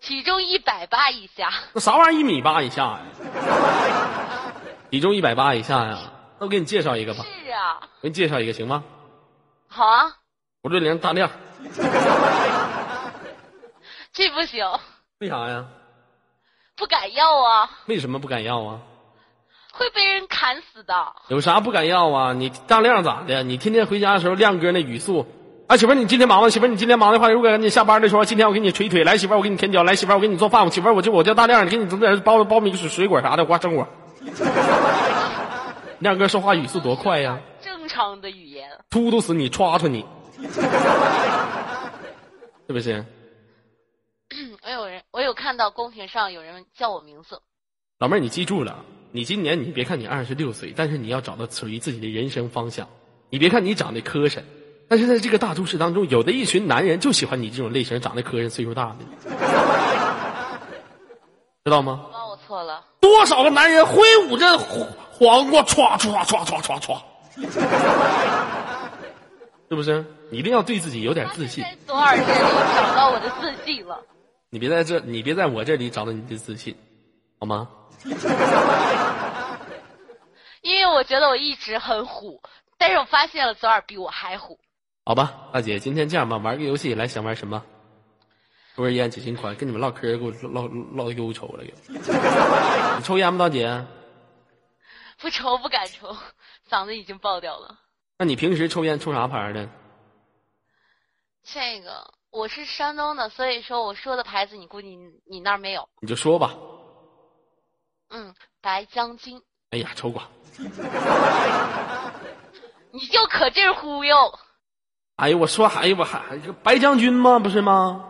G: 体重一百八以下，
B: 那啥玩意儿一米八以下呀、体重一百八以下呀、那我给你介绍一个吧，
G: 是啊，
B: 我给你介绍一个行吗？
G: 好啊，
B: 五六零大亮，
G: 这不行，
B: 为啥呀？
G: 不敢要啊，
B: 为什么不敢要啊？
G: 会被人砍死的。
B: 有啥不敢要啊？你大亮咋的？你天天回家的时候，亮哥那语速，啊，媳妇儿你今天忙吗？媳妇儿你今天忙的话，如果你下班的时候，今天我给你捶腿，来媳妇儿我给你舔脚，来媳妇儿我给你做饭，我媳妇儿我就我叫大亮，你给你整点包苞米水水果啥的，花生果。 亮哥说话语速多快呀、
G: 正常的语言，
B: 突突死你，歘歘你， 是不是？
G: 嗯我有人，我有看到公屏上有人叫我名字，
B: 老妹儿，你记住了，你今年你别看你二十六岁，但是你要找到属于自己的人生方向。你别看你长得磕碜，但是在这个大都市当中，有的一群男人就喜欢你这种类型，长得磕碜、岁数大的，知道吗？
G: 妈，我错了，
F: 多少个男人挥舞着黄黄瓜，歘歘歘歘歘歘，
B: 是不是？你一定要对自己有点自信
G: 在，左耳这里找到我的自信了。
B: 你别在这，你别在我这里找到你的自信，好吗？
G: 因为我觉得我一直很虎，但是我发现了左耳比我还虎。
B: 好吧，大姐，今天这样吧，玩个游戏，来想玩什么？抽根烟，解心宽，跟你们唠嗑，给我唠唠的给我抽了，给我。你抽烟吗，大姐？
G: 不抽不敢抽，嗓子已经爆掉了。
B: 那你平时抽烟抽啥牌的？
G: 这个我是山东的，所以说我说的牌子你估计你你那儿没有。
B: 你就说吧。
G: 嗯，白将军，
B: 哎呀，抽过。
G: 你就可劲儿忽悠。
B: 哎呦，我说，哎呦，我还白将军吗？不是吗？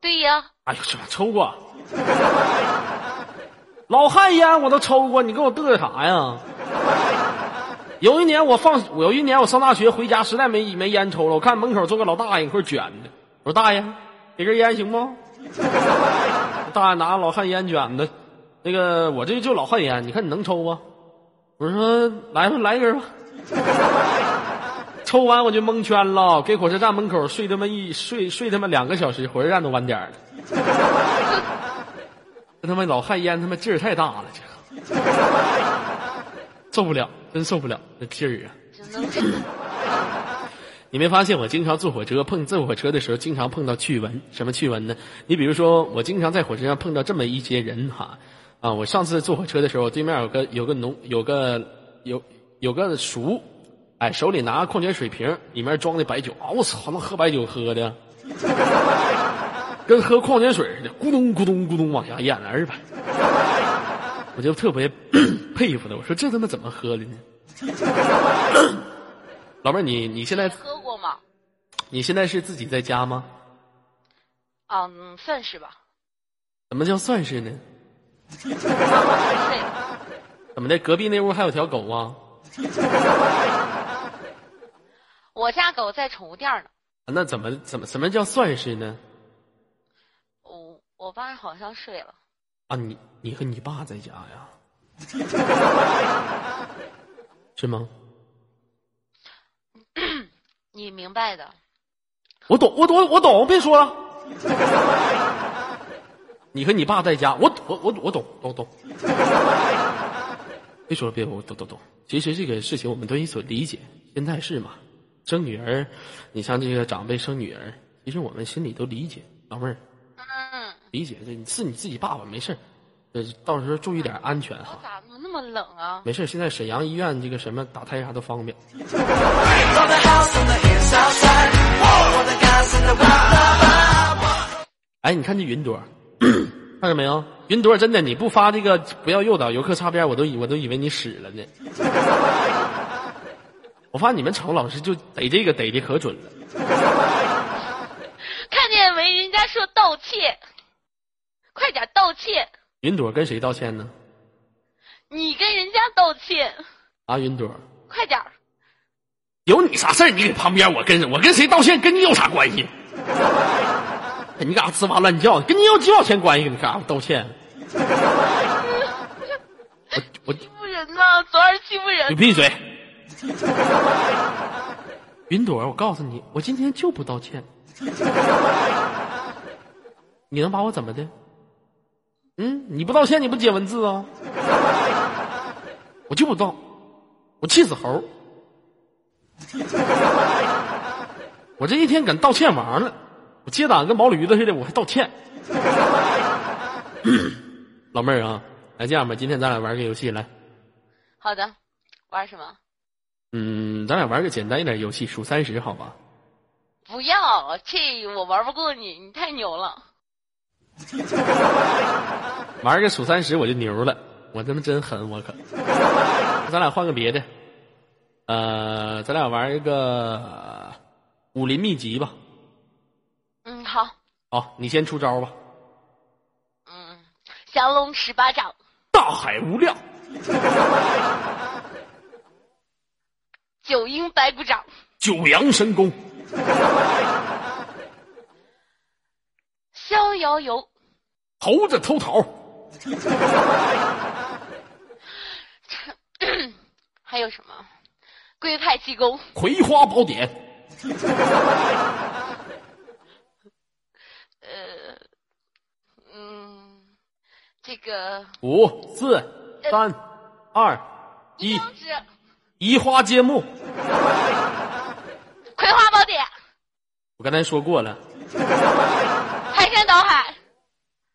G: 对呀，
B: 哎呦，这玩意儿抽过。老旱烟我都抽过，你给我嘚瑟啥呀？有一年我放，我有一年我上大学回家，实在没没烟抽了，我看门口坐个老大爷一块儿卷的，我说大爷，给根烟行不？ 大爷拿老旱烟卷的，那个我这就老旱烟，你看你能抽不？我说来吧，来一根吧。 抽完我就蒙圈了，给火车站门口睡他妈一睡睡他妈两个小时，火车站都晚点儿了。这他妈老旱烟他妈劲儿太大了，这个受不了，真受不了这劲儿啊！
G: 只能是
B: 你没发现我经常坐火车碰坐火车的时候，经常碰到趣闻？什么趣闻呢？你比如说，我经常在火车上碰到这么一些人哈，啊，我上次坐火车的时候，对面有个有个农有个有有个叔，哎，手里拿矿泉水瓶，里面装的白酒，啊，我操，那喝白酒喝的，跟喝矿泉水似的，咕咚咕咚咕咚往下咽，哎呀妈！我就特别 佩服他，我说这他妈怎么喝的呢？ 老妹儿，你你现在
G: 喝过吗？
B: 你现在是自己在家吗？
G: 啊嗯，算是吧。
B: 怎么叫算是呢？
G: 对，
B: 怎么的？隔壁那屋还有条狗啊？
G: 我家狗在宠物店呢。
B: 啊那怎么怎么什么叫算是呢？
G: 我我爸好像睡了。
B: 啊，你你和你爸在家呀？ 是吗？
G: 你明白的。
B: 我懂，我懂，我懂，别说了。你和你爸在家，我我我我懂，懂懂。别说了，别说了，我懂懂懂。其实这个事情我们都有所理解，现在是嘛，生女儿，你像这个长辈生女儿，其实我们心里都理解。老妹儿，
G: 嗯，
B: 理解这是你自己爸爸，没事儿，呃，到时候注意点安全啊
G: 我
B: 哈。
G: 咋怎么那么冷啊？
B: 没事儿，现在沈阳医院这个什么打胎啥都方便。
D: From the house on the hills outside, all the guys in the wild.
B: 哎，你看这云朵，看着没有？云朵真的，你不发这个不要诱导游客擦边，我都以我都以为你使了呢。我发现你们宠老师就逮这个逮的可准了。
G: 看见没？人家说盗窃，快点盗窃！
B: 云朵跟谁道歉呢？
G: 你跟人家道歉，
B: 啊，云朵，
G: 快点儿！
F: 有你啥事儿？你给旁边，我跟我跟谁道歉，跟你有啥关系？哎
B: 你干啥吱哇乱叫？跟你有几毛钱关系？你干啥道歉？我我
G: 欺负人呐，昨儿欺负
B: 你
G: 人。
B: 闭嘴！云朵，我告诉你，我今天就不道歉。你能把我怎么的？嗯，你不道歉，你不解文字啊？我就不道，我气死猴！我这一天敢道歉王了，我接档跟毛驴子似的，我还道歉。 老妹儿啊，来这样吧，今天咱俩玩个游戏来。
G: 好的，玩什么？
B: 嗯，咱俩玩个简单一点游戏，数三十，好吧？
G: 不要，这我玩不过你，你太牛了。
B: 玩个数三十我就牛了，我他妈真狠，我可。咱俩换个别的，呃，咱俩玩一个呃武林秘籍吧。
G: 嗯，好，
B: 好，你先出招吧。
G: 嗯，降龙十八掌，
B: 大海无量，
G: 九阴白骨掌，
F: 九阳神功，
G: 逍遥游，
F: 猴子偷桃，
G: 还有什么？龟派气功，
F: 葵花宝典，
G: 呃，嗯，这个
B: 五、四、三、二、一，
G: 当时
B: 移花接木。
G: 葵花宝典、
B: 我刚才说过了，
G: 排山倒海、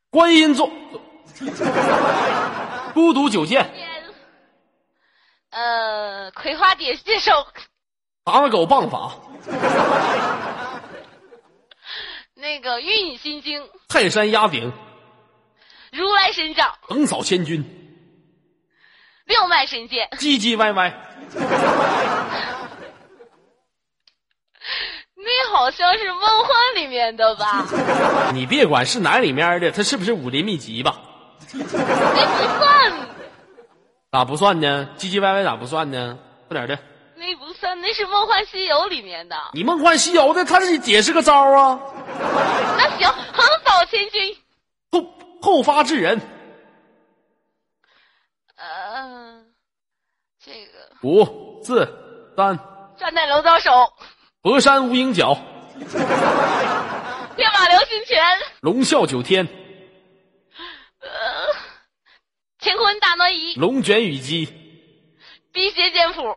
B: 观音坐，孤独九剑，
G: 呃，葵花点穴手，
B: 打马狗棒法，
G: 那个玉女心经、
B: 泰山压顶，
G: 如来神掌、
B: 横扫千军，
G: 六脉神剑、
B: 唧唧歪 歪。
G: 那好像是《梦幻》里面的吧？
B: 你别管是哪里面的，它是不是武林秘籍吧？
G: 那不算，
B: 咋不算呢？唧唧歪歪咋不算呢？快点的，
G: 那不算，那是《梦幻西游》里面的。
B: 你梦幻西游的，它是也是个招啊，
G: 那行，横扫千军，
B: 后后发制人。
G: 呃，这个
B: 五四三，
G: 转蛋龙刀手、
B: 博山无影脚，
G: 天马流星拳、呃
B: 龙啸九天，
G: 乾坤大挪移、
B: 龙卷雨击，
G: 辟邪剑谱，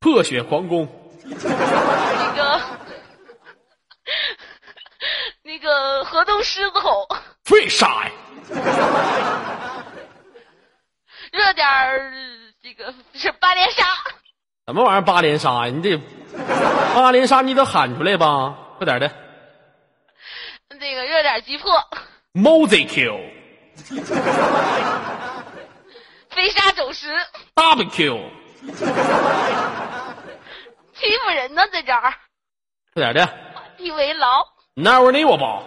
B: 破血狂攻，
G: 那个那个河东狮子吼，
F: 为啥呀？
G: 热点儿这个是八连杀，
B: 什么玩意儿八连杀呀？你这八连杀你得喊出来吧，快点的。
G: 那个热点击破，
F: Music Q，
G: 九十，
B: ，barbecue，
G: 欺负人呢，在这儿
B: 快点的
G: 画地为牢，
B: ，non-renewable，increasing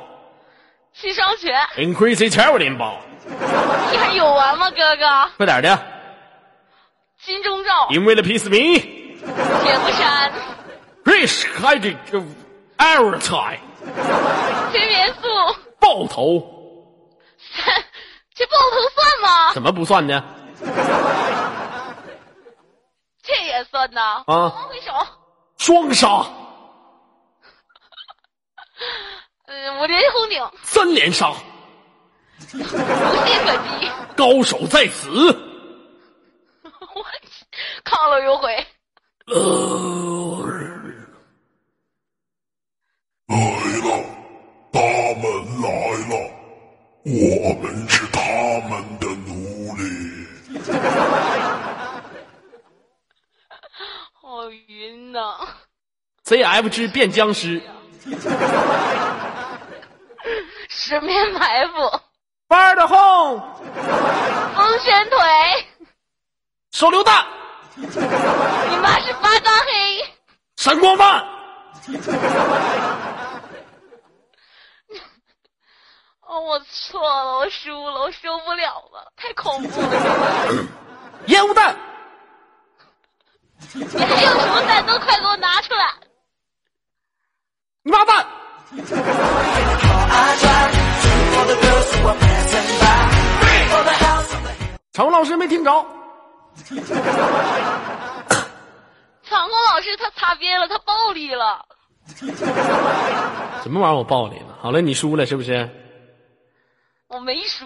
G: 七伤拳，
B: charitable，
G: 你还有完吗，哥哥？
B: 快点的，
G: 金钟罩，
B: 因为了 peace me，
G: 铁布衫，
B: rich hiding air time，
G: 催眠术，
B: 爆头
G: 这爆头算吗？
B: 怎么不算呢？
G: 这也算呐。
B: 啊，
G: 挥手，
B: 双杀，
G: 嗯，五雷轰顶，
B: 三连杀，
G: 无懈可击。
B: 高手在此。
G: 我去犒劳有悔，
B: 呃
H: 来了，他们来了，我们是他们的奴隶。
G: 我、晕呐！
B: ZF 之变僵尸
G: 十面埋伏，
B: ，Fire the home，
G: 风旋腿，
B: 手榴弹，
G: 你妈是八嘎黑，
B: 闪光弹，
G: 哦，我错了，我输了，我受不了了，太恐怖了！
B: 烟雾弹，
G: 你还有什么蛋都快给我拿出来！
B: 泥巴弹，常务老师没听着，
G: 长空老师他擦边了，他暴力了，
B: 什么玩意儿？我暴力了。好了，你输了是不是？
G: 我没输，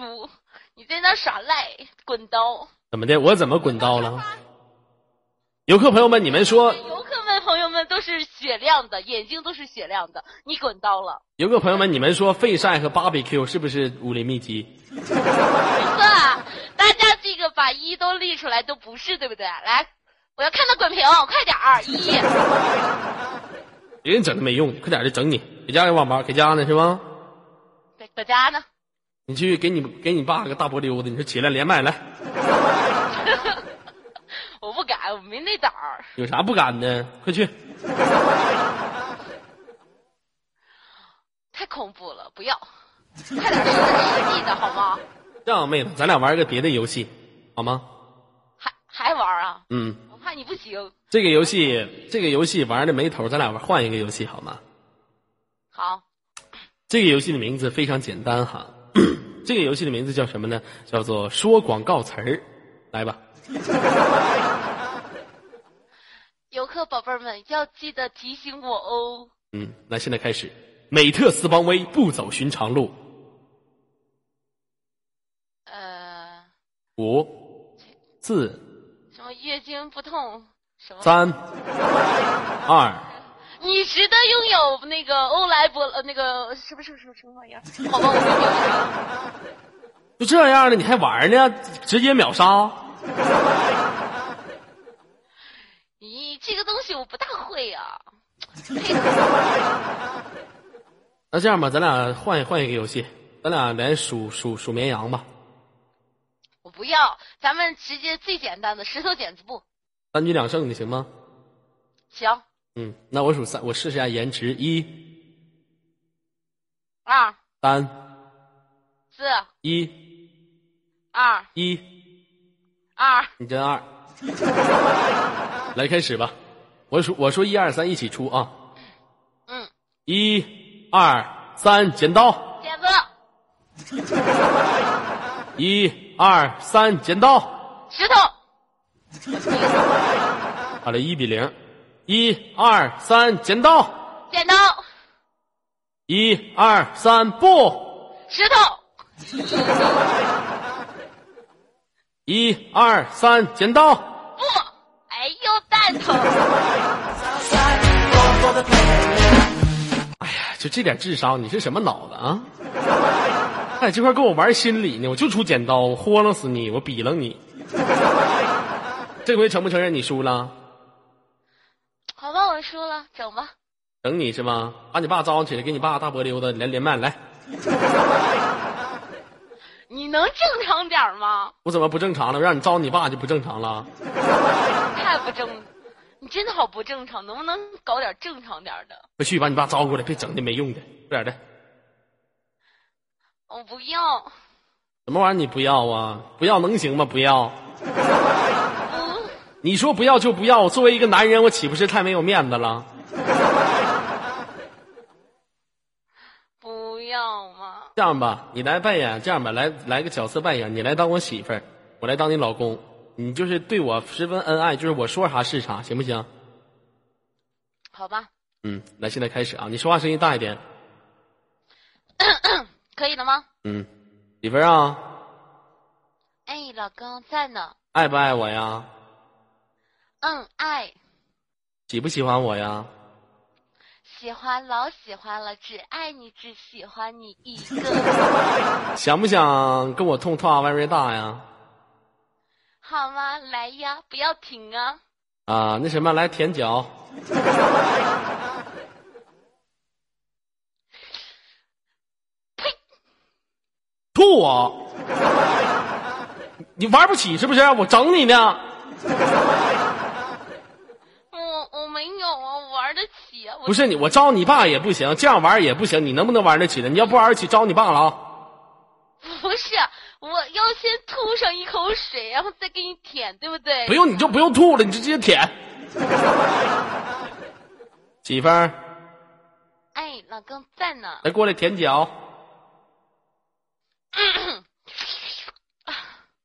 G: 你在那耍赖，滚刀！
B: 怎么的？我怎么滚刀了？游客朋友们，你们说，
G: 游客们、朋友们都是雪亮的，眼睛都是雪亮的，你滚刀了，
B: 游客朋友们，你们说，费晒和 barbecue 是不是武林秘籍？
G: 不算。 大家这个把一都立出来，都不是，对不对？来，我要看他滚屏，快点儿！一，
B: 别人整那没用的，快点的整你！搁家有网吧，搁家呢是吗？
G: 在搁家呢，
B: 你去给你给你爸个大波溜子，你说起来连麦来，
G: 我不敢，我没那胆儿。
B: 有啥不敢的？快去！
G: 太恐怖了，不要！快点说点实际的好吗？
B: 这样，妹子，咱俩玩个别的游戏，好吗？
G: 还还玩啊？
B: 嗯，
G: 我怕你不行。
B: 这个游戏这个游戏玩的没头，咱俩玩换一个游戏好吗？
G: 好，
B: 这个游戏的名字非常简单哈， 这个游戏的名字叫什么呢？叫做说广告词儿，来吧，
G: 游客宝贝儿们要记得提醒我哦。
B: 嗯，那现在开始，美特斯邦威不走寻常路，
G: 呃，
B: 五、四、
G: 什么月经不痛，什么？
B: 三、二。
G: 你值得拥有那个欧莱博呃那个是不是什么什么玩意儿？好吧，我没 有。
B: 就这样了，你还玩呢？直接秒杀！
G: 咦，这个东西我不大会啊呀、
B: 那这样吧，咱俩换换一个游戏，咱俩来数数数绵羊吧。
G: 我不要，咱们直接最简单的石头剪子布。
B: 三局两胜，你行吗？
G: 行，
B: 嗯，那我数三，我试试下颜值，一、
G: 二
B: 三、
G: 四
B: 一、
G: 二
B: 一，
G: 二，
B: 你真二。来开始吧，我数我说一二三一起出啊！
G: 嗯，
B: 一、二、三，剪刀！
G: 剪子
B: 一、二、三，剪刀！
G: 石头。
B: 好了，一比零。一、二、三，剪刀！
G: 剪刀、
B: 一、二、三，布！
G: 石头、
B: 一二三，剪刀！
G: 布，哎呦蛋疼！
B: 哎呀，就这点智商，你是什么脑子啊？在哎这块跟我玩心理呢，我就出剪刀，我豁楞死你，我比楞你。这回承不承认你输了？
G: 好吧，我输了，整吧。
B: 整你是吗？把你爸招呼起来，给你爸大波溜达，连连麦来。
G: 你你能正常点儿吗？
B: 我怎么不正常了？让你招你爸就不正常了？
G: 太不正，你真的好不正常，能不能搞点正常点儿的？
B: 快去把你爸招过来，别整那没用的，快点的。
G: 我不要，
B: 什么玩意儿你不要啊？不要能行吗？不要。
G: 不，
B: 你说不要就不要，我作为一个男人，我岂不是太没有面子了？
G: 不要嘛，
B: 这样吧，你来扮演，这样吧，来来个角色扮演，你来当我媳妇儿，我来当你老公，你就是对我十分恩爱，就是我说啥是啥，行不行？
G: 好吧，
B: 嗯，来，现在开始啊，你说话声音大一点，
G: 可以了吗？
B: 嗯，媳妇儿啊，
G: 哎，老公在呢，
B: 爱不爱我呀？
G: 嗯，爱，
B: 喜不喜欢我呀？
G: 喜欢老喜欢了，只爱你，只喜欢你一 个，
B: 想不想跟我痛痛 very 大呀？
G: 好吗？来呀，不要停啊！
B: 啊，那什么，来舔脚，
G: 呸，
B: 吐我！你玩不起是不是？我整你呢。
G: 我我没有啊，我玩得起啊，我
B: 不是你，我招你爸也不行，这样玩也不行，你能不能玩得起呢？你要不玩得起，招你爸了啊！
G: 不是，啊我要先吐上一口水，然后再给你舔，对不对？
B: 不用你就不用吐了，你就直接舔。 媳妇儿，
G: 哎，老公在呢。
B: 来过来舔脚，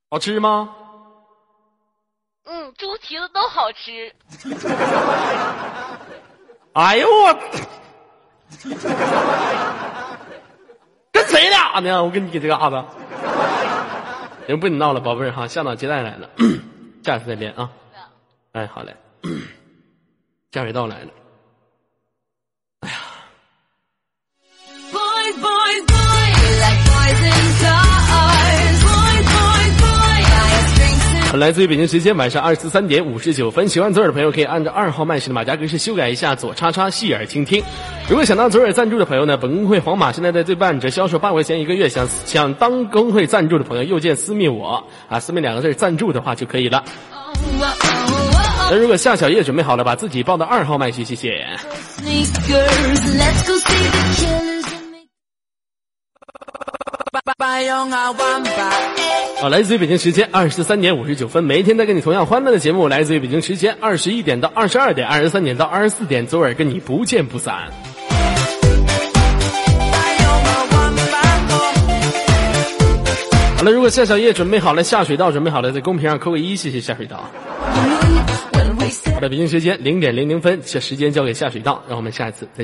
B: 好吃吗？
G: 嗯，猪蹄子都好吃。
B: 哎呦我， 跟谁俩呢？我跟你这嘎达，行，不跟你闹了，宝贝儿哈，下档接待来了， 下次再连啊。哎，好嘞， 下水道来了，
D: Boys, boys, boys, we like boys in cars. Boys, boys, boys, buy us drinks and
B: 来自于北京时间晚上二十三点五十九分，喜欢左耳的朋友可以按照二号麦式的马甲格式修改一下左叉叉细耳倾听。如果想当左耳赞助的朋友呢，本公会皇马现在在对半折销售八块钱一个月，想想当公会赞助的朋友，右键私密我啊，私密两个字儿赞助的话就可以了。
D: oh, oh, oh,
B: 那如果夏小叶准备好了，把自己报到二号麦去，谢谢。
D: oh. sneakers. Let's go see the killers and make. Bye, bye, young, I want by.
B: 好，啊来自于北京时间二十三点五十九分，每一天带给你同样欢乐的节目，来自于北京时间二十一点到二十二点、二十三点到二十四点，左耳跟你不见不散。
D: Bye, young, I want by.
B: 好了，如果夏小叶准备好了，下水道准备好了，在公屏上扣个一，谢谢下水道。
D: Oh, when we said.
B: 好的，北京时间零点零零分，这时间交给下水道，让我们下一次再见。